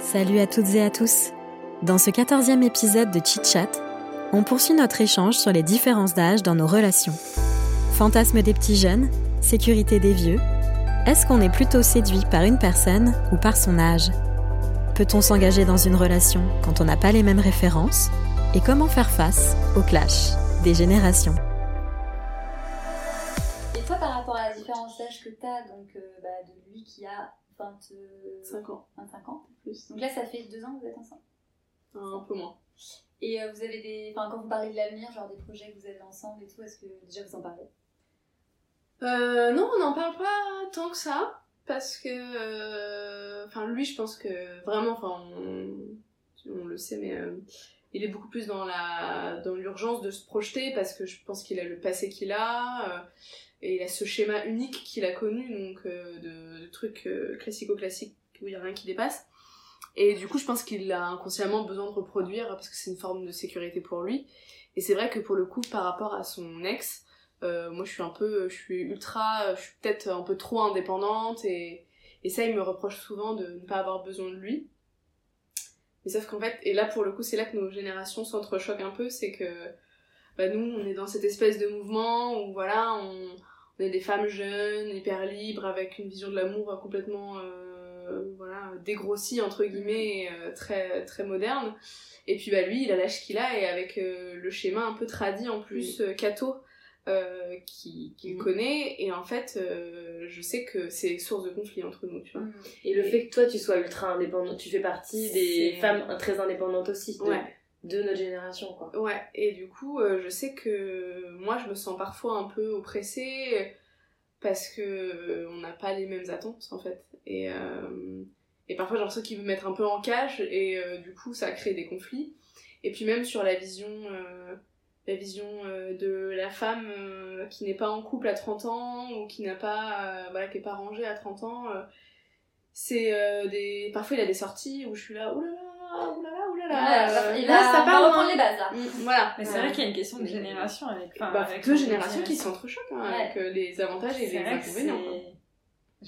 Salut à toutes et à tous. Dans ce quatorzième épisode de Chit Chat, on poursuit notre échange sur les différences d'âge dans nos relations. Fantasme des petits jeunes, sécurité des vieux. Est-ce qu'on est plutôt séduit par une personne ou par son âge Peut-on s'engager dans une relation quand on n'a pas les mêmes références Et comment faire face au clash des générations Et toi, par rapport à la différence d'âge que tu as, donc euh, bah, de lui qui a 20, euh, 5 ans 25 ans, plus, donc là, ça fait 2 ans que vous êtes ensemble. un peu moins. Et euh, vous avez des. Enfin, quand vous parlez de l'avenir, genre des projets que vous avez ensemble et tout, est-ce que déjà vous en parlez Euh, non, on n'en parle pas tant que ça, parce que, euh, enfin lui, je pense que vraiment, enfin, on, on le sait, mais euh, il est beaucoup plus dans la, dans l'urgence de se projeter, parce que je pense qu'il a le passé qu'il a, euh, et il a ce schéma unique qu'il a connu, donc euh, de, de trucs euh, classico-classiques où il n'y a rien qui dépasse. Et du coup, je pense qu'il a inconsciemment besoin de reproduire parce que c'est une forme de sécurité pour lui. Et c'est vrai que pour le coup, par rapport à son ex, euh, moi, je suis un peu, je suis ultra, je suis peut-être un peu trop indépendante et, et ça, il me reproche souvent de ne pas avoir besoin de lui. Mais sauf qu'en fait, et là pour le coup, c'est là que nos générations s'entrechoquent un peu, c'est que bah, nous, on est dans cette espèce de mouvement où voilà, on, on est des femmes jeunes, hyper libres, avec une vision de l'amour complètement euh, voilà, dégrossie, entre guillemets, et, euh, très, très moderne. Et puis bah, lui, il a l'âge qu'il a et avec euh, le schéma un peu tradit en plus, euh, catho, euh, qui- qu'il connaît. Et en fait, euh, je sais que c'est source de conflit entre nous, tu vois. Et le fait que toi tu sois ultra indépendante, tu fais partie des C'est- femmes très indépendantes aussi de, Ouais. de notre génération quoi. Ouais, et du coup, euh, je sais que moi, je me sens parfois un peu oppressée parce que euh, on n'a pas les mêmes attentes en fait. Et, euh, et parfois, j'ai l'impression qu'ils me mettent un peu en cage et euh, du coup, ça crée des conflits. Et puis même sur la vision, euh, la vision euh, de la femme euh, qui n'est pas en couple à 30 ans ou qui n'a pas, euh, voilà, qui est pas rangée à 30 ans. euh, c'est euh, des parfois il a des sorties où je suis là oulala oulala oulala euh, il là, va, ça on va part reprendre loin. les bases là. Mm, voilà. Mais c'est Ouais. vrai qu'il y a une question de Mais- génération avec, enfin, Bah, avec deux son générations qui génération. s'entrechoquent, hein, Ouais. avec euh, les avantages et C'est les vrai que inconvénients. hein. quoi. c'est-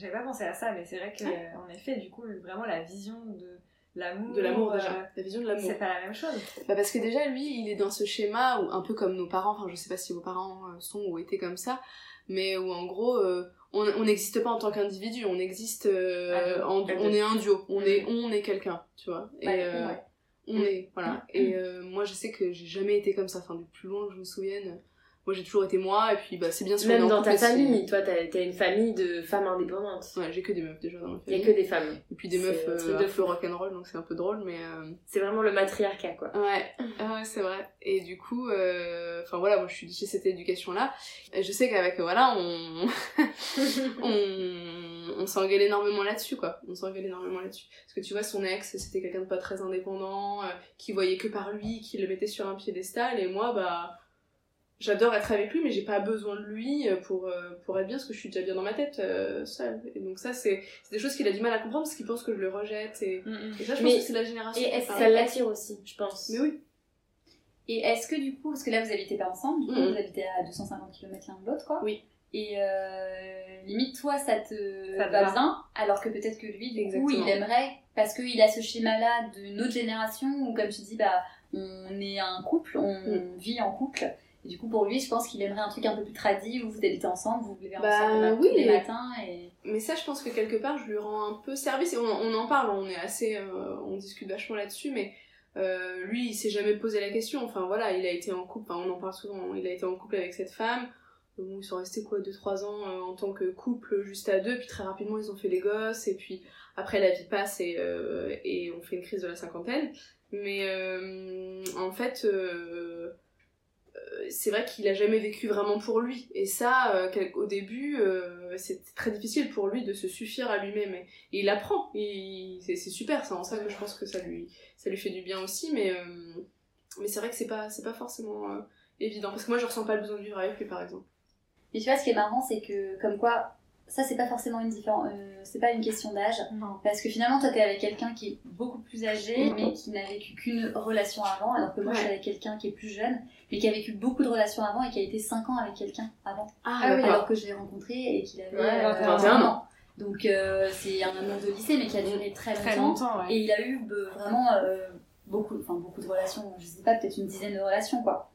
J'avais pas pensé à ça, mais c'est vrai que Ouais. euh, en effet, du coup, vraiment la vision de l'amour. De l'amour euh, déjà, la vision de l'amour. C'est pas la même chose. Bah, parce que déjà, lui, il est dans ce schéma où, un peu comme nos parents, enfin, je sais pas si vos parents euh, sont ou étaient comme ça, mais où en gros, euh, on on n'existe pas en tant qu'individu, on existe euh, Ah, en du- à on deux. est un duo, on est, on est quelqu'un, tu vois. Et, Ouais, euh, ouais. on est, voilà. Et euh, moi, je sais que j'ai jamais été comme ça, enfin, du plus loin que je me souvienne, euh, moi, j'ai toujours été moi, et puis, bah, c'est bien sûr. on est Même en dans couple, ta mais c'est- famille, toi t'as t'as une famille de femmes indépendantes. Ouais, j'ai que des meufs déjà dans ma Il y famille. a que des femmes. Et puis des C'est meufs un truc euh, de un peu rock'n'roll, donc c'est un peu drôle, mais... euh, C'est vraiment le matriarcat quoi. Ouais, Ah ouais, c'est vrai. Et du coup, euh, enfin voilà, moi je suis chez cette éducation-là. Et Je sais qu'avec, euh, voilà, on... on... on s'engueule énormément là-dessus, quoi. On s'engueule énormément là-dessus. Parce que tu vois, son ex, c'était quelqu'un de pas très indépendant, euh, qui voyait que par lui, qui le mettait sur un piédestal, et moi, bah... J'adore être avec lui, mais j'ai pas besoin de lui pour, euh, pour être bien, parce que je suis déjà bien dans ma tête euh, seule. Et donc ça, c'est c'est des choses qu'il a du mal à comprendre, parce qu'il pense que je le rejette. Et, Mm, et ça, je pense Mais- que c'est la génération. et qui est-ce parle. Ça l'attire aussi, je pense. Mais oui. Et est-ce que du coup, parce que là vous habitez pas ensemble, du coup, Mhm. vous habitez à 250 km l'un de l'autre quoi. Oui. Et euh, limite toi ça te Ça te va va. bien, alors que peut-être que lui du coup Exactement. il aimerait parce qu'il a ce schéma là d'une autre génération où comme tu dis bah on est un couple, on Mm. vit en couple. Et du coup pour lui je pense qu'il aimerait un truc un peu plus tradit où vous habitez ensemble, vous vous levez Bah, ensemble le matin- oui. tous les matins et Mais ça, je pense que quelque part, je lui rends un peu service. Et on, on en parle, on est assez, euh, on discute vachement là-dessus, mais euh, lui, il s'est jamais posé la question. Enfin voilà, il a été en couple. Enfin, on en parle souvent. Il a été en couple avec cette femme. Bon, ils sont restés quoi, 2-3 ans euh, en tant que couple, juste à deux. Puis très rapidement, ils ont fait les gosses. Et puis après, la vie passe et, euh, et on fait une crise de la cinquantaine. Mais euh, en fait, euh, euh, c'est vrai qu'il a jamais vécu vraiment pour lui. Et ça, euh, quel- au début, euh, c'est très difficile pour lui de se suffire à lui-même. Et et il apprend. Il- C'est c'est super, ça. En ça, que je pense que ça lui, ça lui fait du bien aussi. Mais, euh, mais c'est vrai que c'est pas, c'est pas forcément euh, évident. Parce que moi, je ressens pas le besoin de vivre avec lui, par exemple. Mais tu vois, ce qui est marrant, c'est que, comme quoi, ça, c'est pas forcément une différence. euh, c'est pas une question d'âge. Non. Parce que finalement, toi, t'es avec quelqu'un qui est beaucoup plus âgé, mais qui n'a vécu qu'une relation avant, alors que moi, je suis Ouais. avec quelqu'un qui est plus jeune, mais qui a vécu beaucoup de relations avant et qui a été 5 ans avec quelqu'un avant. Ah, oui. Alors que je l'ai rencontré et qu'il avait Ouais, euh, 21 ans. Donc, euh, c'est un amour de lycée, mais qui a duré très Très longtemps. longtemps, ouais. Et il a eu euh, vraiment euh, beaucoup, enfin, beaucoup de relations, je sais pas, peut-être une dizaine de relations, quoi.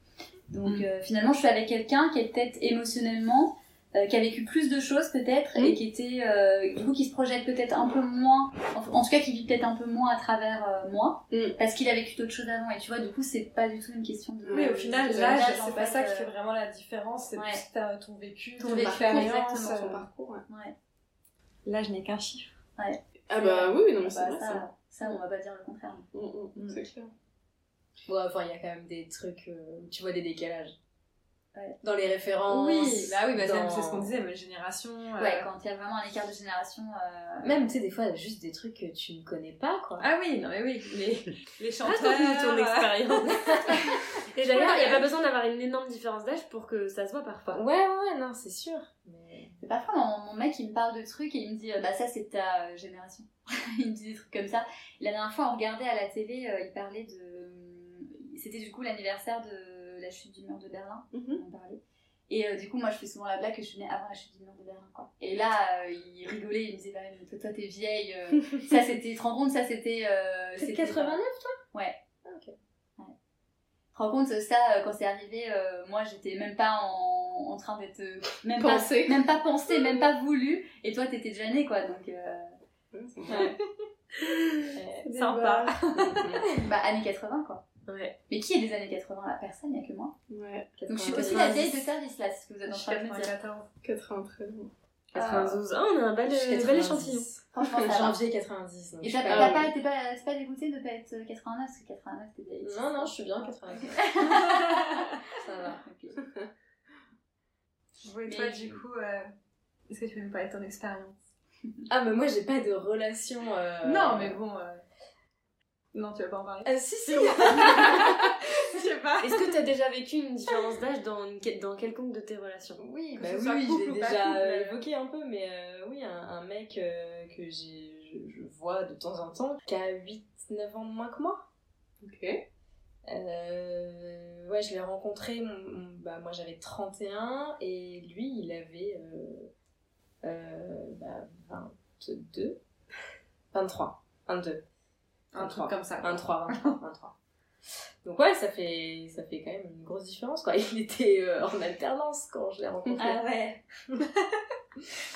Donc Mm. euh, finalement, je suis avec quelqu'un qui est peut-être émotionnellement, euh, qui a vécu plus de choses peut-être, Mm. et qui était, euh, du coup, qui se projette peut-être un peu moins, en, en tout cas, qui vit peut-être un peu moins à travers euh, moi, Mm. parce qu'il a vécu d'autres choses avant. Et tu vois, du coup, c'est pas du tout une question de. Oui, Oui, au final, de l'âge, l'âge, en c'est pas ça qui euh, fait vraiment la différence, c'est ouais. plus ta- ton vécu, Ton ton vécu, expérience. exactement, euh, Son parcours, ouais. ouais. L'âge n'est qu'un chiffre. Ah bah oui, oui, non, mais c'est Bah, vrai, ça. ça, ça, on va pas dire le contraire. Mm, mm, C'est clair. Ouais, enfin, il y a quand même des trucs, euh, tu vois des décalages. Ouais. Dans les références. Oui, bah oui, bah c'est- dans- c'est ce qu'on disait, mais génération. euh, Ouais, quand il y a vraiment un écart de génération. euh, Même, tu sais, des fois, juste des trucs que tu ne connais pas, quoi. Ah oui, non mais oui, les, Ah, les chanteurs. euh. Raconte-nous Ah, ton expérience. Et d'ailleurs, Ah. il n'y a pas besoin d'avoir une énorme différence d'âge pour que ça se voit parfois. ouais, ouais, non, c'est sûr. Mais... Mais Parfois, mon, mon mec, il me parle de trucs et il me dit euh, Bah, ça, c'est ta euh, génération. il me dit des trucs comme ça. La dernière fois, on regardait à la télé, euh, il parlait de. C'était du coup l'anniversaire de la chute du mur de Berlin. Mhm. On en parlait. Et euh, du coup, moi, je fais souvent la blague que je suis née avant la chute du mur de Berlin. Quoi. Et là, euh, il rigolait, il me disait Bah, mais toi, toi, t'es vieille. euh, ça, c'était. Tu te rends compte, ça, c'était. euh, C'est c'était- 89 Tu te rends compte, ça, euh, quand c'est arrivé, euh, moi, j'étais même pas en, en train d'être. euh, Même pas Penser. même pas pensé, même pas voulu, et toi t'étais déjà né quoi, donc euh, Sympa. bah années 80 quoi. Ouais. Mais qui est des années 80 La personne, il n'y a que moi. Ouais, Donc je suis aussi la vieille de service là, c'est ce que vous êtes en train de me dire. 93 ans. 92. Ah, on a un bel, euh, bel échantillon. Franchement, ça va. Janvier Ah 90. donc Et je t'as suis t'as pas- pas, t'es pas, t'es pas dégoûtée de pas être euh, 89, parce que 89 t'es vieille. Non, non, je suis bien 90. ça va. Ok. Oui, et toi, du coup, euh, est-ce que tu peux nous parler de ton expérience Ah, mais moi, j'ai pas de relation. euh, Non, mais bon. euh, Non, tu vas pas en parler. Ah, si, si. Je sais pas. Ah, Est-ce que tu as déjà vécu une différence d'âge dans, une quel- dans quelconque de tes relations Oui, Que bah ce oui, soit oui, couple je l'ai ou pas déjà couple, euh, euh. évoqué un peu, mais euh, oui, un, un mec euh, que j'ai, je, je vois de temps en temps, qui a 8-9 ans de moins que moi. Ok. Euh, ouais, je l'ai rencontré, mon- mon- bah, moi j'avais 31 et lui il avait euh, euh, bah, 22, 23, 22, Un truc comme ça. 23, 23, 23. Donc ouais, ça fait, ça fait quand même une grosse différence quoi. Il était euh, en alternance quand je l'ai rencontré. Ah ouais.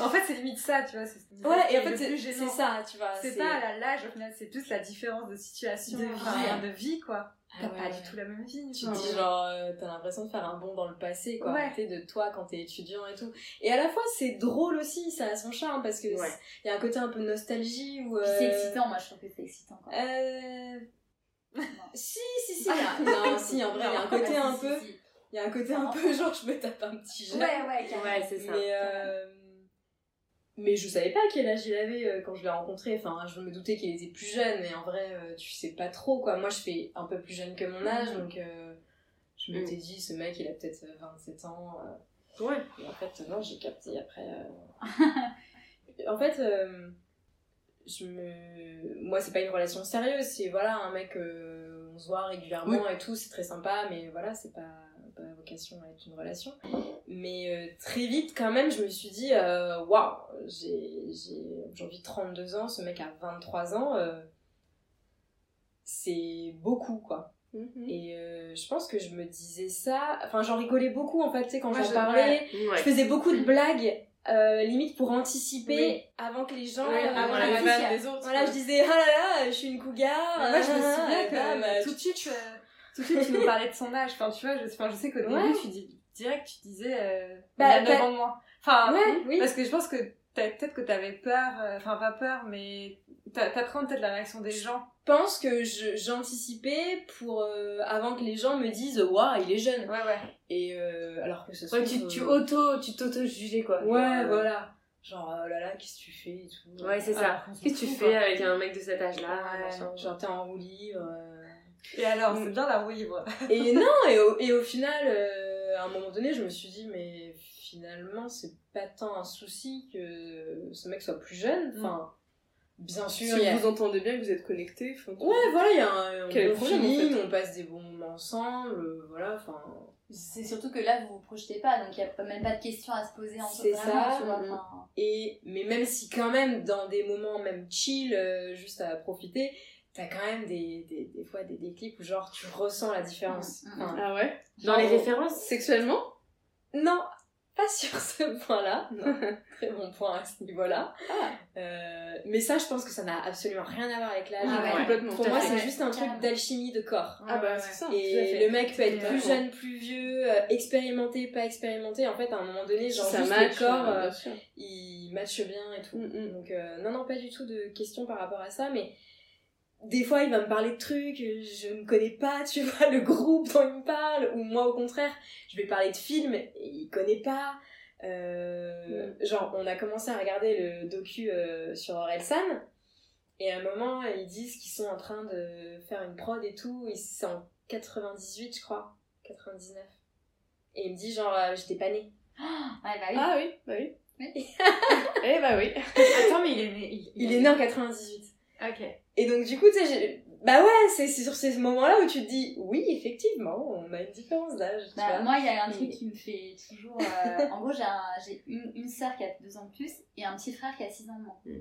En fait, c'est limite ça, tu vois. c'est- Ouais, c'est et en le fait, plus c'est gênant. c'est ça, tu vois. C'est pas la- l'âge au final, c'est plus la différence de situation, De vie. enfin, de vie quoi. Ah T'as ouais, pas ouais. du tout la même vie. Tu enfin. dis genre, euh, t'as l'impression de faire un bond dans le passé, quoi. Ouais. Tu sais, de toi quand t'es étudiant et tout. Et à la fois, c'est drôle aussi, ça a son charme parce que Ouais. c'est- y a un côté un peu nostalgie ou. Puis c'est euh, excitant, moi je trouve que c'est excitant quoi. Euh. Non. Si, si, si, y a- non, si, en vrai, il y a un côté Ah, un si, peu. si, si. Il y a un côté un peu genre, je me tape un petit jet. Ouais, ouais, carrément. Ouais, c'est ça. Mais, euh, mais je savais pas quel âge il avait euh, quand je l'ai rencontré. Enfin, je me doutais qu'il était plus jeune, mais en vrai, euh, tu sais pas trop quoi. Moi, je fais un peu plus jeune que Mm. mon âge, donc euh, je Mm. m'étais dit, ce mec, il a peut-être euh, 27 ans. euh. Ouais. Et en fait, non, j'ai capté après. euh. en fait, euh, je me. Moi, c'est pas une relation sérieuse, c'est voilà, un mec, euh, on se voit régulièrement et tout, c'est très sympa, mais voilà, c'est pas, pas vocation à être une relation. Mais euh, très vite, quand même, je me suis dit, euh, waouh, j'ai j'ai aujourd'hui 32 ans, ce mec a 23 ans, euh, c'est beaucoup, quoi. Mhm. Et euh, je pense que je me disais ça, enfin, j'en rigolais beaucoup, en fait, tu sais, quand Moi, j'en je- parlais, je Ouais. faisais beaucoup Mm. de blagues, euh, limite pour anticiper avant que les gens... Ouais, euh, avant Avant la voilà, la vanne vanne voilà, des autres. je disais, ah là là, je suis une cougar. Moi, je me ah, souviens ah, que bam, euh, tout de suite, euh, tout de suite, tu nous parlais de son âge. Enfin, tu vois, je, enfin, je sais qu'au Ouais. début, tu dis direct, tu disais euh, Bah, il a 9 t'as- ans de moins. Enfin, Ouais, oui. parce que je pense que t'as- peut-être que t'avais peur, euh, enfin pas peur, mais t'a- t'apprends peut-être la réaction des gens. pense que je- j'anticipais pour euh, avant que les gens me disent waouh il est jeune Ouais, ouais. et euh, alors que ce soit Ouais, tu, tu auto, tu t'auto-jugais quoi. ouais voilà genre oh là là qu'est-ce que tu fais et tout Ouais, c'est ça. Ah, on s'en Qu'est-ce que tu fout, fais quoi. avec un mec de cet âge-là Ouais, machin. genre t'es en roue libre euh. Et alors, Mm. c'est bien la roue libre. et non et au, et au final euh, à un moment donné je me suis dit mais finalement c'est pas tant un souci que ce mec soit plus jeune enfin bien Mm. Si sûr il y a- vous entendez bien que vous êtes connectés, enfin, tu- ouais voilà il y a un, Quel est le bon problème, en feeling, fait on passe des bons moments ensemble euh, voilà enfin C'est surtout que là, vous vous projetez pas, donc il n'y a même pas de questions à se poser en C'est vraiment, ça, tu vois, mm. enfin, Et, mais même si quand même, dans des moments même chill, euh, juste à profiter, t'as quand même des, des, des fois des déclics où genre tu ressens la différence. Mhm, mhm. Enfin, Ah ouais Dans les genre, références Sexuellement Non, pas sur ce point-là. Non, Très bon point à ce niveau-là. Euh, mais ça, je pense que ça n'a absolument rien à voir avec l'âge. Ah ouais. Complètement. Pour Tout à moi, fait. c'est juste un truc Carrément. d'alchimie de corps. Ah bah c'est ça. tout à Et fait. le mec peut être Et, euh, plus jeune, plus vieux, euh, expérimenté, pas expérimenté. En fait, à un moment donné, genre, ça juste match, le corps, euh, euh, bien sûr. il matche bien et tout. Mm, mm. Donc, euh, non, non, pas du tout de questions par rapport à ça, mais des fois, il va me parler de trucs, je ne connais pas, tu vois, le groupe dont il me parle, ou moi, au contraire, je vais parler de films, et il connaît pas. Euh, Genre, on a commencé à regarder le docu euh, sur Orelsan, et à un moment, euh, ils disent qu'ils sont en train de faire une prod et tout, et c'est en 98, je crois, 99. Et il me dit, genre, euh, j'étais pas née. Mm, Ouais, bah oui. Ah oui, bah oui. Oui. eh bah oui. Attends, mais il est né. Il, Il est né en 98. Ok. Et donc, du coup, tu sais, j'ai- bah ouais, c'est c'est sur ces moments-là où tu te dis, oui, effectivement, on a une différence d'âge. tu Bah, vois. moi, il y a un truc Mais- qui me fait toujours. euh, en gros, j'ai un- j'ai une, une sœur qui a deux ans de plus et un petit frère qui a six ans de moins. Mm.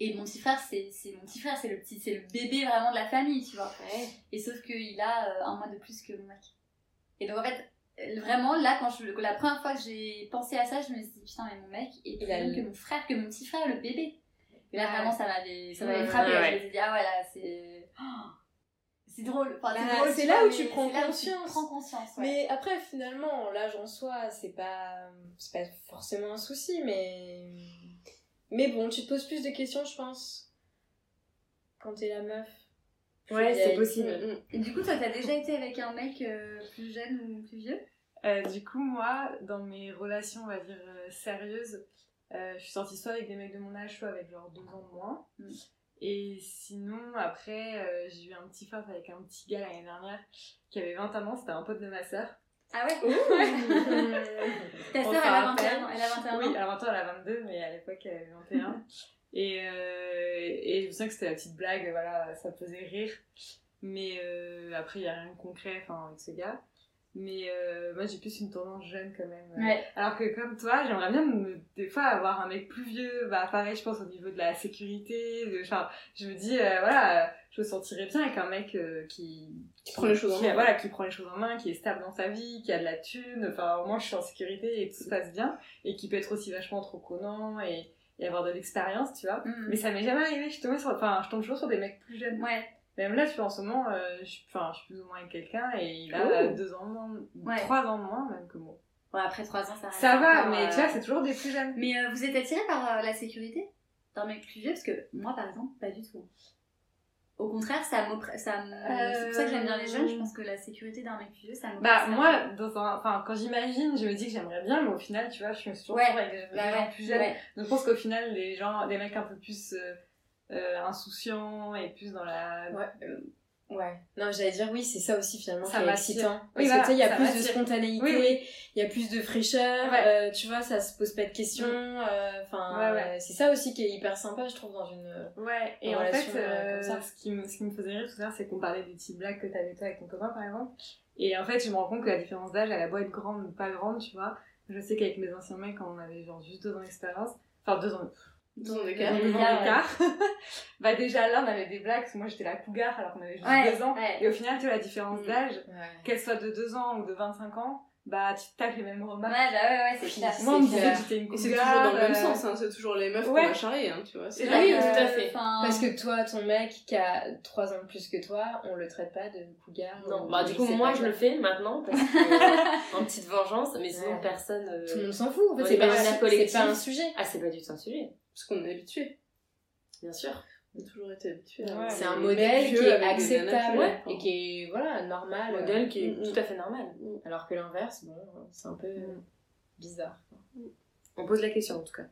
Et mon petit frère, c'est c'est mon petit frère, c'est le petit, c'est le bébé vraiment de la famille, tu vois. Et sauf qu'il a euh, un mois de plus que mon mec. Et donc en fait, euh, vraiment là, quand je, la première fois que j'ai pensé à ça, je me suis dit putain, mais mon mec est plus Il a jeune le- que mon frère, que mon petit frère, le bébé. Et là Ouais. vraiment, ça m'avait, ça m'avait Ouais, frappé. ouais, Je me suis dit ah ouais là, c'est, oh, c'est drôle. Enfin, Bah, drôle, c'est tu là vois, où tu mais prends c'est là où conscience. tu prends conscience. ouais. Mais après, finalement, l'âge en soi, c'est pas, c'est pas forcément un souci, mais. Mais bon, tu te poses plus de questions, je pense, quand t'es la meuf. Ouais, Il y a- c'est possible. Mm, mm. Et du coup, toi, t'as déjà été avec un mec euh, plus jeune ou plus vieux Euh, du coup, moi, dans mes relations, on va dire, euh, sérieuses, euh, je suis sortie soit avec des mecs de mon âge, soit avec genre deux ans de moins. Mm. Et sinon, après, euh, j'ai eu un petit faf avec un petit gars l'année dernière qui avait 21 ans, c'était un pote de ma sœur. Ah ouais Ta sœur, elle On s'en a rappelle. 21 ans. Elle a 21 Oui, ans. alors maintenant elle a 22, mais à l'époque elle avait 21. et, euh, et je me souviens que c'était la petite blague, voilà, ça me faisait rire. Mais euh, après, il n'y a rien de concret enfin, avec ce gars. Mais euh, moi, j'ai plus une tendance jeune quand même. euh, Ouais. alors que comme toi, j'aimerais bien me- des fois avoir un mec plus vieux, bah pareil je pense au niveau de la sécurité, de- enfin je me dis euh, voilà, euh, je me sentirais bien avec un mec euh, qui, qui prend les choses en qui- main. Voilà, qui prend les choses en main, qui est stable dans sa vie, qui a de la thune, enfin au moins je suis en sécurité et tout se passe bien, et qui peut être aussi vachement trop connant et, et avoir de l'expérience, tu vois. Mm. Mais ça m'est jamais arrivé, je suis tombée sur, enfin je tombe toujours sur des mecs plus jeunes. Ouais. Même là, tu vois, en ce moment, euh, je, suis- enfin, je suis plus ou moins avec quelqu'un et il a Oh. euh, deux ans de moins, Ouais. trois ans de moins même que moi. Bon, après 3 ans, ça reste. Ça va, encore, mais euh, tu vois, c'est toujours des plus jeunes. Mais euh, vous êtes attiré par euh, la sécurité d'un mec plus vieux Parce que moi, par exemple, pas du tout. Au contraire, ça m'oppre- ça me- C'est pour ça que j'aime bien les jeunes. Je pense que la sécurité d'un mec plus vieux, ça me. Bah moi, dans un- enfin, quand j'imagine, je me dis que j'aimerais bien, mais au final, tu vois, je me suis toujours Ouais, retrouvée avec des Bah gens ouais, plus jeunes. ouais. Donc je pense qu'au final, les gens, les mecs un peu plus euh, euh, insouciants et plus dans la... Ouais. euh, ouais. Non, j'allais dire oui, c'est ça aussi finalement Ça qui est m'attire. excitant. Oui, Parce que voilà, tu sais, il y a ça plus de m'attire. spontanéité, il Oui, y a plus de fraîcheur, Ouais. euh, tu vois, ça se pose pas de questions. euh, Enfin, Ouais, ouais. euh, c'est ça aussi qui est hyper sympa, je trouve, dans une. Ouais, et En en, relation, fait, euh, euh, comme ça. ce, qui me, ce qui me faisait rire tout à l'heure, c'est qu'on parlait des petites blagues que t'avais toi avec ton copain, par exemple. Et en fait, je me rends compte que la différence d'âge, elle a beau être grande ou pas grande, tu vois. Je sais qu'avec mes anciens mecs, quand on avait genre juste deux ans d'expérience, enfin deux ans, Dans le Il y cas. avait Ouais. des grands écarts. bah déjà là on avait des blagues, parce que moi j'étais la cougar alors qu'on avait juste Ouais, 2 ans. ouais. Et au final tu vois la différence Mm. d'âge, qu'elle soit de 2 ans ou de 25 ans, bah tu te tapes les mêmes Ouais, remarques. bah ouais, ouais, c'est clair. Moi, on me c'est que- disait que j'étais une Et cougar. c'est toujours dans le même euh, sens, hein, c'est toujours les meufs qu'on ouais. va charrier, hein, tu vois. c'est- Oui, Ouais, tout euh, à fait. enfin, Parce que toi, ton mec qui a 3 ans de plus que toi, on le traite pas de cougar. Non, ou- bah du coup, sais moi pas je quoi. le fais maintenant parce que. en petite vengeance, mais sinon Ouais. personne. euh, Tout le monde s'en fout, en fait, On c'est est pas, dans un- un c'est collectif. pas un sujet. Ah, c'est pas du tout un sujet, Parce qu'on est habitué. bien sûr. On a toujours été habitué. Ouais, C'est un modèle qui est acceptable et qui est voilà, normal. euh, Un modèle qui est Mm, mm. tout à fait normal. Alors que l'inverse, bon, c'est un peu euh, bizarre. On pose la question en tout cas.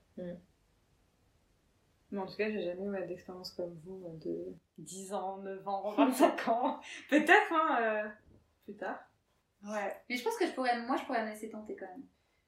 Mais en tout cas, j'ai jamais eu ouais, d'expérience comme vous euh, de 10 ans, 9 ans, 25 ans. Peut-être, hein, euh, plus tard. Ouais. Mais je pense que je pourrais, moi, je pourrais me laisser tenter quand même.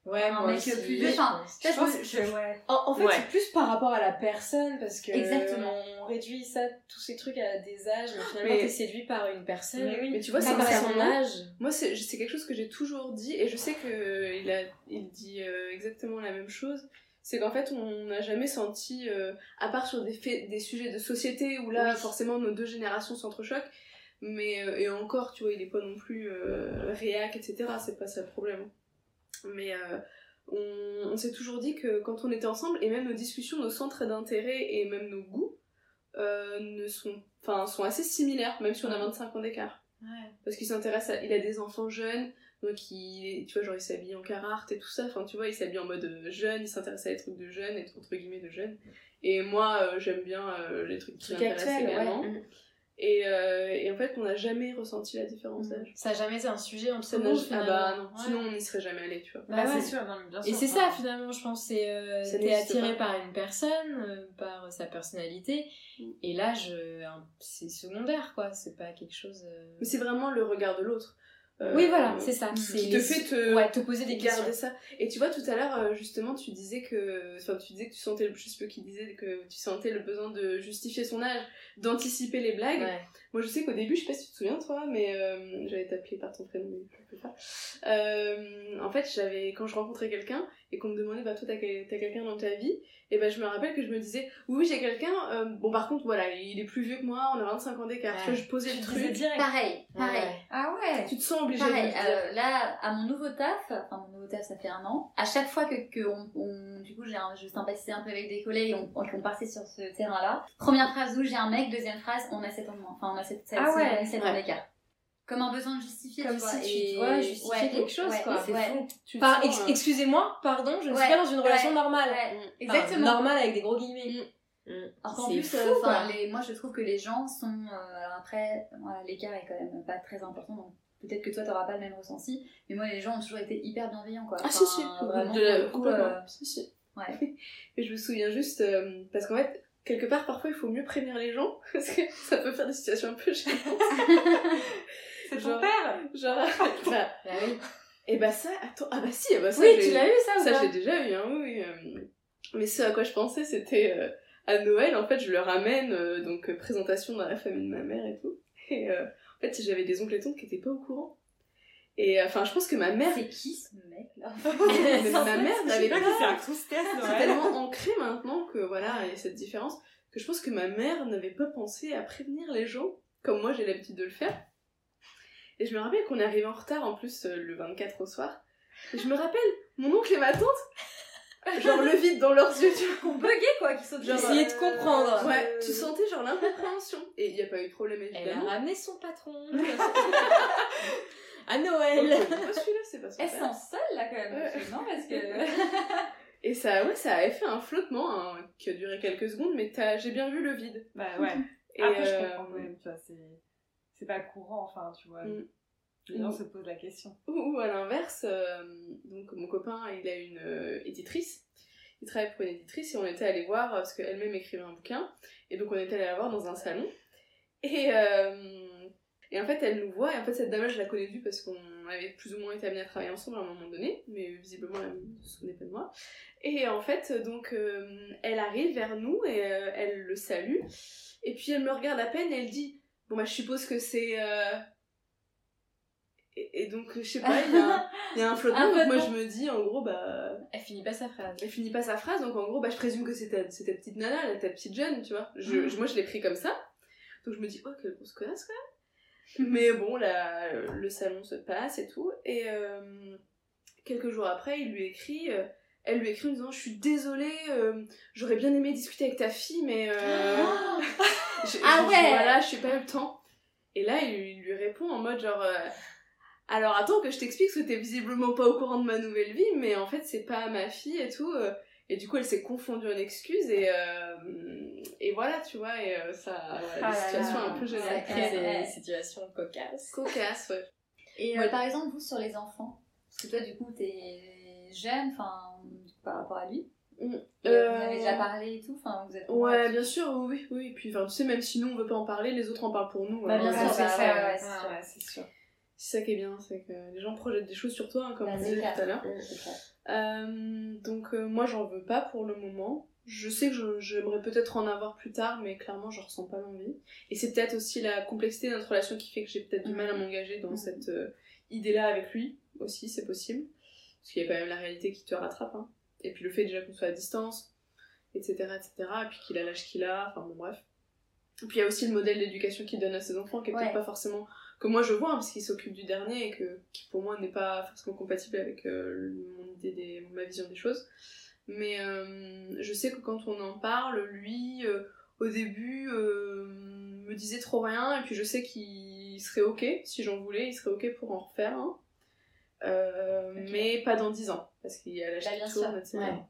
Ouais, Un moi mec aussi, plus- je enfin, pense. Je pense que, ouais. En, en fait, Ouais. c'est plus par rapport à la personne parce que Exactement. on réduit ça, tous ces trucs à des âges, mais finalement Mais- t'es séduit par une personne. Mais oui. Mais tu vois, pas par son sincèrement, âge. Moi, c'est c'est quelque chose que j'ai toujours dit, et je sais que il, a, il dit euh, exactement la même chose. C'est qu'en fait, on n'a jamais senti, euh, à part sur des, faits- des sujets de société où là, forcément, nos deux générations s'entrechoquent, mais euh, et encore, tu vois, il n'est pas non plus euh, réac, etc. C'est pas ça le problème. Mais euh, on, on s'est toujours dit que quand on était ensemble, et même nos discussions, nos centres d'intérêt et même nos goûts euh, ne sont, enfin, sont assez similaires, même si on a 25 ans d'écart parce qu'il s'intéresse à... il a des enfants jeunes donc il est- tu vois genre il s'habille en Carhartt et tout ça enfin tu vois il s'habille en mode euh, jeune il s'intéresse à des trucs de jeunes et entre guillemets de jeunes et moi euh, j'aime bien euh, les trucs qui Truc m'intéressent actuel, également ouais. Mm. et, euh, et en fait on n'a jamais ressenti la différence d'âge Ça a jamais été un sujet entre On n'a- nous. ah Mm. finalement. bah non Ouais. sinon on n'y serait jamais allé tu vois Bah Bah, ouais. c'est sûr, non, mais bien sûr. Et c'est enfin, ça finalement, je pense, c'est euh, Ça t'es n'existe attiré pas. par une personne, euh, par sa personnalité, Mm. et l'âge, euh, un- c'est secondaire quoi, c'est pas quelque chose. euh, mais c'est vraiment le regard de l'autre Euh, Oui voilà, c'est ça. C'est qui te les- fait te ouais, te poser des questions. Garder ça. Et tu vois, tout à l'heure, euh, justement, tu disais que. Enfin, tu disais que tu sentais. le- Je sais plus qui disait que tu sentais le besoin de justifier son âge, d'anticiper les blagues. Ouais. Moi, je sais qu'au début, je sais pas si tu te souviens, toi, mais euh, j'avais t'appelé par ton prénom, mais je peux pas. Euh, en fait, j'avais. Quand je rencontrais quelqu'un et qu'on me demandait, bah, toi, t'as quel- t'as quelqu'un dans ta vie, et ben, je me rappelle que je me disais, oui, oui, j'ai quelqu'un. euh, bon, par contre, voilà, il est plus vieux que moi, on a 25 ans d'écart. Ouais. Tu vois, je posais le je disais truc. direct. Pareil, pareil. Ouais. Ah ouais Tu te sens obligée de le Pareil, dire. euh, là, à mon nouveau taf, enfin mon nouveau taf ça fait un an, à chaque fois que, que on, on- du coup j'ai un- je sympathisais un peu avec des collègues et on, on, qu'on partait sur ce terrain-là, première phrase où j'ai un mec, deuxième phrase on a 7 ans de moins, enfin on a 7, Ah ouais, ans ouais. d'écart. Comme un besoin de justifier, Comme tu vois. si tu et- dois justifier ouais, quelque chose, ouais, quoi. C'est ouais. fou. Tu te Par- sens, ex- euh, excusez-moi, pardon, je ne Ouais, suis pas dans une relation ouais, normale. ouais, Bah, Enfin, exactement. normale avec des gros guillemets. Alors qu'en C'est plus, fou, euh, enfin, quoi. les- moi je trouve que les gens sont. euh, alors après, voilà, l'écart est quand même pas très important, donc peut-être que toi t'auras pas le même ressenti, mais moi les gens ont toujours été hyper bienveillants quoi. Ah si si, Enfin, euh, vraiment, de la- pour le coup, complètement. euh, Si, si. ouais. Mais je me souviens juste euh, parce qu'en fait quelque part parfois il faut mieux prévenir les gens parce que ça peut faire des situations un peu gênantes. C'est ton Genre- père Genre bah, Bah oui. et bah ça attends ah bah si ah bah ça Oui, j'ai- tu l'as eu ça ou ça pas j'ai déjà eu hein oui. euh. Mais ce à quoi je pensais c'était euh, à Noël en fait je leur ramène euh, donc euh, présentation dans la famille de ma mère et tout et euh, en fait j'avais des oncles et tantes qui étaient pas au courant et euh, enfin je pense que ma mère C'est qui ce mec là mais ma mère n'avait pas Ah. C'est un tristesse, c'est ouais. tellement ancré maintenant que voilà, il y a cette différence que je pense que ma mère n'avait pas pensé à prévenir les gens comme moi j'ai l'habitude de le faire. Et je me rappelle qu'on arrive en retard en plus euh, le 24 au soir. Et je me rappelle mon oncle et ma tante, genre le vide dans leurs yeux, tu vois. Qu'on buguait quoi, qui sont Genre, Essayer de comprendre. Ouais, tu sentais genre l'incompréhension. Et il n'y a pas eu de problème Elle a évidemment. ramené son patron. à Noël. euh, Moi, celui-là, c'est pas son Elle père. se sent seule là quand même, Ouais. parce que non parce que. Et ça, ouais, ça avait fait un flottement hein, qui a duré quelques secondes, mais t'as- j'ai bien vu le vide. Bah ouais. Et Après, je euh, comprends quand même, tu vois, c'est... C'est pas courant, enfin, tu vois. Mm. Les gens Mm. se posent la question. Ou, ou à l'inverse, euh, donc mon copain, il a une euh, éditrice. Il travaille pour une éditrice et on était allé voir euh, parce qu'elle-même écrivait un bouquin. Et donc on était allé la voir dans un salon. Et, euh, et en fait, elle nous voit. Et en fait, cette dame-là, je la connais vue parce qu'on avait plus ou moins été amenés à travailler ensemble à un moment donné. Mais visiblement, elle ne se souvenait pas de moi. Et en fait, donc, euh, elle arrive vers nous et euh, elle le salue. Et puis elle me regarde à peine et elle dit Bon, bah, je suppose que c'est. euh, Et, et donc, je sais pas, il y a un, il y a un flottement. Un donc, moi, je flottement. me dis, en gros, bah. Elle finit Eh, pas sa phrase. Elle finit pas sa phrase, donc en gros, bah, je présume que c'est ta, c'est ta petite nana, là, ta petite jeune, tu vois. Je, je- moi, je l'ai pris comme ça. Donc je me dis, oh, quelle grosse connasse, quand même. Mais bon, là, euh, le salon se passe et tout. Et, euh, quelques jours après, il lui écrit. euh, elle lui écrit en disant Je suis désolée, euh, j'aurais bien aimé discuter avec ta fille, mais. euh, je- Ah je- ouais. Voilà, je sais pas le temps. Et là, il, il lui répond en mode genre. euh, alors attends que je t'explique, parce que t'es visiblement pas au courant de ma nouvelle vie, mais en fait c'est pas ma fille et tout. euh. Et du coup elle s'est confondue en excuses et, euh, et voilà, tu vois, et euh, ça, voilà, Ah là des situations là, un peu Ça géniales. ouais. crée Ouais. des situations cocasses. Cocasse, ouais. Et euh, Ouais. par exemple, vous, sur les enfants, parce que toi, du coup, t'es jeune, enfin, par rapport à lui. Mm. Et, euh, Vous en avez déjà parlé et tout, enfin, vous êtes. Ouais, bien sûr, oui, oui. Et puis, enfin, tu sais, même si nous, on veut pas en parler, les autres en parlent pour nous. Bah, hein. bien sûr, C'est bah, ouais, ça. ouais, ouais, c'est sûr. Ah, ouais, c'est sûr. C'est ça qui est bien, c'est que les gens projettent des choses sur toi, hein, comme Bah, on c'est disait clair. tout à l'heure. C'est clair. Euh, donc, euh, moi, j'en veux pas pour le moment. Je sais que je- j'aimerais peut-être en avoir plus tard, mais clairement, je ressens pas l'envie. Et c'est peut-être aussi la complexité de notre relation qui fait que j'ai peut-être du mal à m'engager dans Mhm. cette euh, idée-là avec lui aussi, c'est possible. Parce qu'il y a quand même la réalité qui te rattrape. hein. Et puis le fait déjà qu'on soit à distance, etc. etc. et puis qu'il a l'âge qu'il a, enfin bon, bref. Et puis il y a aussi le modèle d'éducation qu'il donne à ses enfants, qui est Ouais. peut-être pas forcément. que moi je vois, hein, parce qu'il s'occupe du dernier et que, qui pour moi n'est pas forcément compatible avec euh, le- mon idée des, ma vision des choses. Mais euh, je sais que quand on en parle, lui, euh, au début, euh, me disait trop rien, et puis je sais qu'il serait ok, si j'en voulais, il serait ok pour en refaire un. Euh, Ok. Mais pas dans 10 ans, parce qu'il y a l'âge Bah, qui bien tourne, sûr, etc. ouais.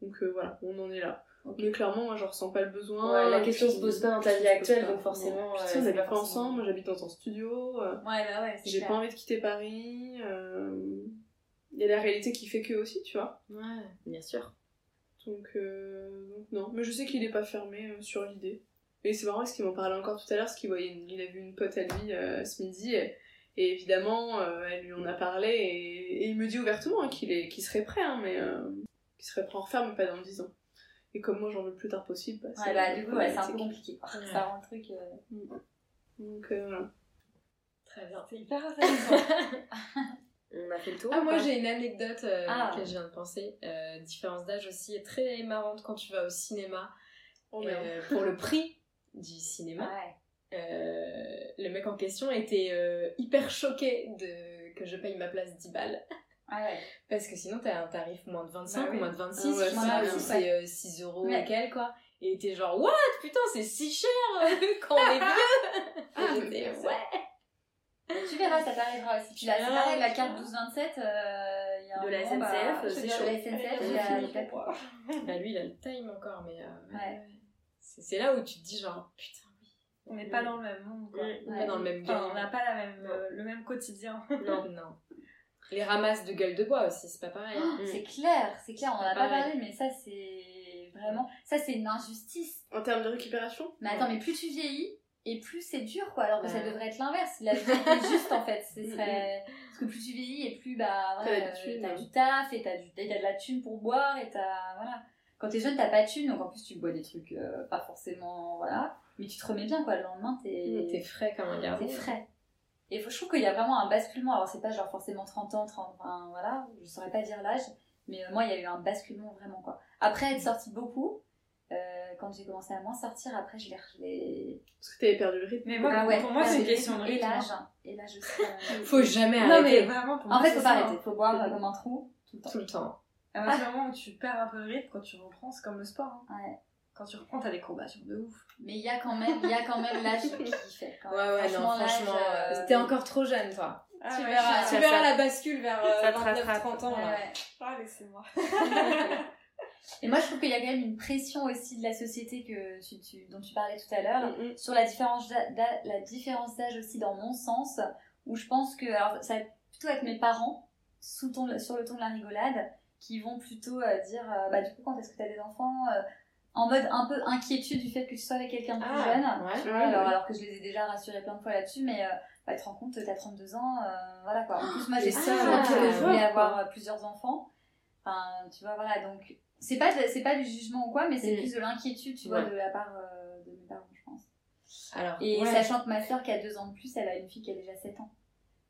Donc euh, voilà, on en est là. Ok. Mais clairement, moi, je ressens pas le besoin. Ouais, la et question puis- se pose pas dans ta vie se pose actuelle, pas. donc forcément, Non. Puis, euh, tu sais, on c'est habite pas pas forcément- ensemble, moi j'habite dans ton studio, euh, Ouais, bah ouais, c'est j'ai clair. pas envie de quitter Paris. euh, Il y a la réalité qui fait que aussi, tu vois. Ouais, bien sûr. Donc, euh, donc non, mais je sais qu'il est pas fermé euh, sur l'idée. Et c'est marrant parce qu'il m'en parlait encore tout à l'heure, parce qu'il voyait, une- il a vu une pote à lui euh, ce midi, et, et évidemment, euh, elle lui en a parlé, et, et il me dit ouvertement hein, qu'il est, qu'il serait prêt, hein, mais euh, qu'il serait prêt à en refaire, mais pas dans 10 ans. Et comme moi, j'en veux le plus tard possible. bah, Ouais, bah, du coup, ouais, c'est un peu compliqué. problématique. quoi. Ça rend le truc. euh, Donc, euh, voilà. Très bien, c'est hyper intéressant. On a fait le tour. ah, ou moi pas j'ai une anecdote euh, Ah. auquel je viens de penser. Euh, différence d'âge aussi est très marrante quand tu vas au cinéma. Oh, Et, merde. euh, pour le prix du cinéma, Ouais. Euh, le mec en question était euh, hyper choqué de que je paye ma place 10 balles. Ah ouais. Parce que sinon, t'as un tarif moins de 25 Bah ou oui. moins de 26, Ah ouais, je moins sais de pas, 26, c'est euh, 6 euros Ouais. et quelques, quoi. Et t'es genre, what Putain, c'est si cher euh, quand on est vieux Ah, Et mais j'étais, c'est- ouais. Tu verras, ça t'arrivera aussi. Tu l'as, c'est Ah, pareil, la tu carte vois. 1227, euh, il y a un De la moment, bah, SNCF, c'est De la chaud. SNCF, Ah, Ouais, il y a- c'est il y a- Bah, lui, il a le time encore, mais. euh, Ouais. C'est c'est là où tu te dis, genre, putain, oui. On n'est pas dans le même monde, quoi. Mm. On est Ouais. dans le même Enfin, on n'a game. pas la même, euh, le même quotidien. Non. Non. Les ramasses de gueule de bois aussi, c'est pas pareil. Oh, C'est clair, c'est clair, on en a euh, mm. C'est pas pareil. parlé, mais ça c'est vraiment, ça c'est une injustice. En termes de récupération Mais attends, mais plus tu vieillis, et plus c'est dur, quoi. Alors que ça Ouais. Mm, devrait être l'inverse. La vie est juste, en fait. Ce serait... Parce que plus tu vieillis, et plus, bah, T'as voilà, la thune, euh, t'as hein. du taf, et t'as, du... et t'as de la thune pour boire, et t'as... Voilà. Quand t'es jeune, t'as pas de thune, donc en plus, tu bois des trucs euh, pas forcément... Voilà. Mais tu te remets bien, quoi. Le lendemain, Mm, T'es t'es... frais comme un garçon. t'es frais. Et faut- je trouve qu'il y a vraiment un basculement. Alors, c'est pas genre forcément 30 ans, 30... Enfin, voilà. Je saurais pas dire l'âge. Mais euh, moi, il y a eu un basculement, vraiment, quoi. Après être sortie beaucoup... euh, quand j'ai commencé à moins sortir, après je l'ai- je l'ai Parce que t'avais perdu le rythme. Mais moi, ah ouais, pour moi, bah, c'est une le rythme question de Et rythme. l'âge. hein. Et l'âge aussi. euh, Faut jamais Non, arrêter. mais vraiment, pour En moi, fait, c'est faut ça, pas hein. arrêter. Faut boire euh, comme un trou tout le temps. Tout le temps. À partir du moment où tu perds un peu le rythme, quand tu reprends, c'est comme le sport. hein. Ouais. Quand tu reprends, t'as des courbatures de ouf. Mais il y a quand même, il y a quand même l'âge qui fait. quand Ouais, même. ouais, non, l'âge, franchement, euh, euh, t'es encore trop jeune, toi. Ah, tu ouais, je- verras, tu ça- verras la bascule vers ça te 29-30 ans, ouais, là. ouais. Ah, laissez-moi. Et moi, je trouve qu'il y a quand même une pression aussi de la société que tu, tu- dont tu parlais tout à l'heure. Mm, mm. sur la différence d'a- d'a- la différence d'âge aussi dans mon sens où je pense que alors, ça va plutôt être mes parents sous le ton de- sur le ton de la rigolade qui vont plutôt euh, dire euh, bah du coup quand est-ce que t'as des enfants euh, en mode un peu inquiétude du fait que tu sois avec quelqu'un de plus jeune Ah, ouais. alors, alors que je les ai déjà rassurés plein de fois là-dessus mais euh, bah, tu te rends compte t'as 32 ans euh, voilà quoi en plus moi j'ai Ah, ça quel je voulais effort, avoir euh, plusieurs enfants enfin tu vois voilà donc c'est pas de- c'est pas du jugement ou quoi mais c'est Mm. plus de l'inquiétude tu vois Ouais. de la part euh, de mes parents je pense Alors, et ouais. sachant que ma soeur qui a deux ans de plus, elle a une fille qui a déjà 7 ans.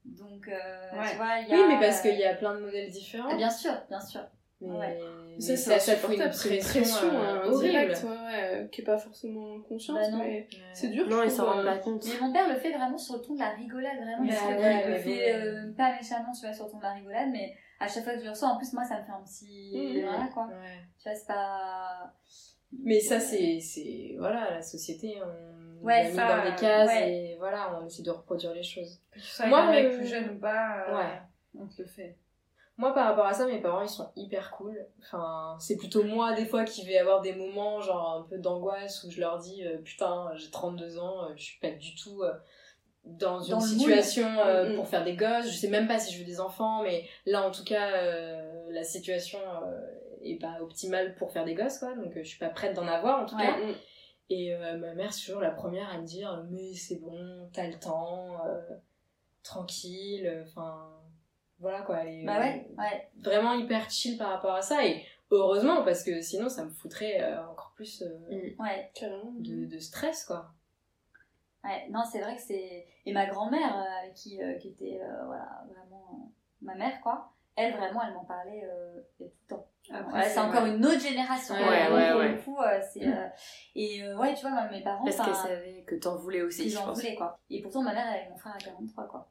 Donc, euh, Ouais. tu vois, il y a... Oui, mais parce qu'il y a plein de modèles différents. Ah, bien sûr, bien sûr. mais... ouais. mais Ça, c'est ça fout une insupportable, c'est une pression euh, euh, horrible. directe, ouais, ouais, euh, qui est pas forcément consciente, Bah non. mais c'est Ouais. dur. Non, je ils s'en trouve, rendent euh, pas compte. Mais mon père le fait vraiment sur le ton de la rigolade, vraiment. Bah parce que ouais, il le ouais, fait ouais. euh, pas méchamment, tu vois, sur le ton de la rigolade, mais à chaque fois que je le reçois, en plus, moi, ça me fait un petit. Mmh. Voilà, quoi. Ouais. Tu vois, c'est pas. Mais ça, c'est. c'est- Voilà, la société, on nous Ouais, a mis ça, dans des cases ouais. et voilà, on essaie de reproduire les choses. Que tu sois avec Moi, un mec euh, plus jeune ou pas, euh, ouais. on te le fait. Moi, par rapport à ça, mes parents, ils sont hyper cool. Enfin, c'est plutôt moi, des fois, qui vais avoir des moments, genre, un peu d'angoisse où je leur dis, euh, putain, j'ai 32 ans, euh, je suis pas du tout euh, dans une Dans le moule. situation euh, Mm, mm. pour faire des gosses. Je sais même pas si je veux des enfants, mais là, en tout cas, euh, la situation euh, est pas optimale pour faire des gosses, quoi. Donc, euh, je suis pas prête d'en avoir, en tout Ouais. cas. Et euh, ma mère, c'est toujours la première à me dire Mais c'est bon, t'as le temps, euh, tranquille, euh, enfin. Voilà quoi. Et, euh, Bah ouais, ouais. Vraiment hyper chill par rapport à ça. Et heureusement, parce que sinon, ça me foutrait euh, encore plus euh, Ouais, Carrément. de, de stress quoi. ouais. Non, c'est vrai que c'est. Et ma grand-mère, euh, avec qui, euh, qui était euh, voilà, vraiment euh, ma mère, quoi, elle, vraiment, elle m'en parlait euh, tout le temps. Après, Ouais, c'est encore une autre génération. Ouais, hein, ouais, pour ouais. le coup, euh, c'est, euh, et euh, ouais, tu vois, moi, mes parents, Parce qu'elle enfin, savait que t'en voulais aussi, ils je en pense. voulaient, quoi. Et pourtant, ma mère, elle avait mon frère à 43, quoi.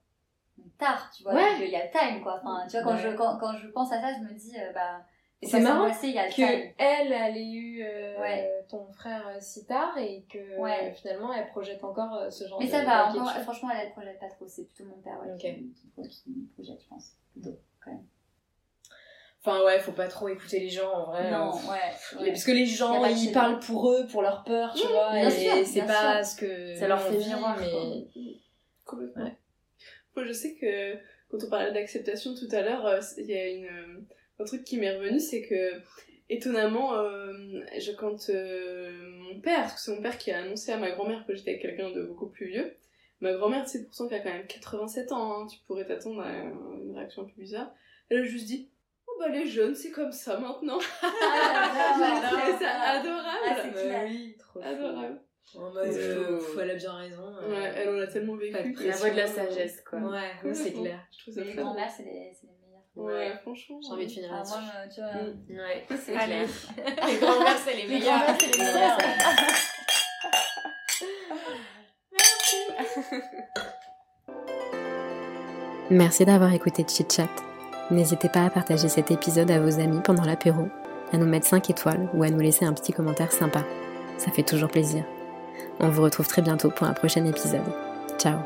Donc, tard, tu vois. Ouais. donc, Il y a le time, quoi. Enfin, tu vois, quand, Ouais. je, quand, quand je pense à ça, je me dis, euh, bah. faut C'est pas marrant s'angoisser, il y a le Que time. elle, elle ait eu euh, Ouais. ton frère euh, si tard et que Ouais. euh, finalement, elle projette encore euh, ce genre Mais de ça va, d'inquiétude. encore, franchement, elle ne projette pas trop. C'est plutôt mon père, ouais, Ok. qui, qui, qui me projette, je pense. plutôt. Enfin, ouais, faut pas trop écouter les gens en vrai. non, Euh, ouais. Et ouais. Parce que les Y a gens, pas de ils chez parlent pour eux, pour leur peur, tu vois, bien sûr, et c'est bien pas ce que. Ça leur nous, on fait vit, miroir, Mm, mais. Complètement. Moi, je sais que quand on parlait d'acceptation tout à l'heure, euh, il y a une, euh, un truc qui m'est revenu, c'est que étonnamment, euh, je, quand euh, mon père, parce que c'est mon père qui a annoncé à ma grand-mère que j'étais avec quelqu'un de beaucoup plus vieux, ma grand-mère, c'est pourtant qu'elle a quand même 87 ans, hein, tu pourrais t'attendre à une réaction un peu bizarre, elle a juste dit Oh bah les jeunes, c'est comme ça maintenant Ah, J'ai ouais, ouais, trouvé ouais. ça Ah, adorable c'est clair. oui, trop fou. Adorable. En mode, Euh, pff, elle a bien raison. euh, Ouais, elle en a tellement pas de vécu. euh, pression. La voix de la sagesse, quoi. Ouais, ouais, c'est clair. Je trouve ça Les très drôle. grands-mères, c'est les, c'est les meilleurs. Ouais, franchement. J'ai envie de finir Ah, là-dessus. moi, je- tu vois. Mm. Ouais, c'est Allez. clair. Les grands-mères, c'est les Les meilleurs. grands-mères, c'est les meilleurs. Merci d'avoir écouté Chit Chat. N'hésitez pas à partager cet épisode à vos amis pendant l'apéro, à nous mettre 5 étoiles ou à nous laisser un petit commentaire sympa. Ça fait toujours plaisir. On vous retrouve très bientôt pour un prochain épisode. Ciao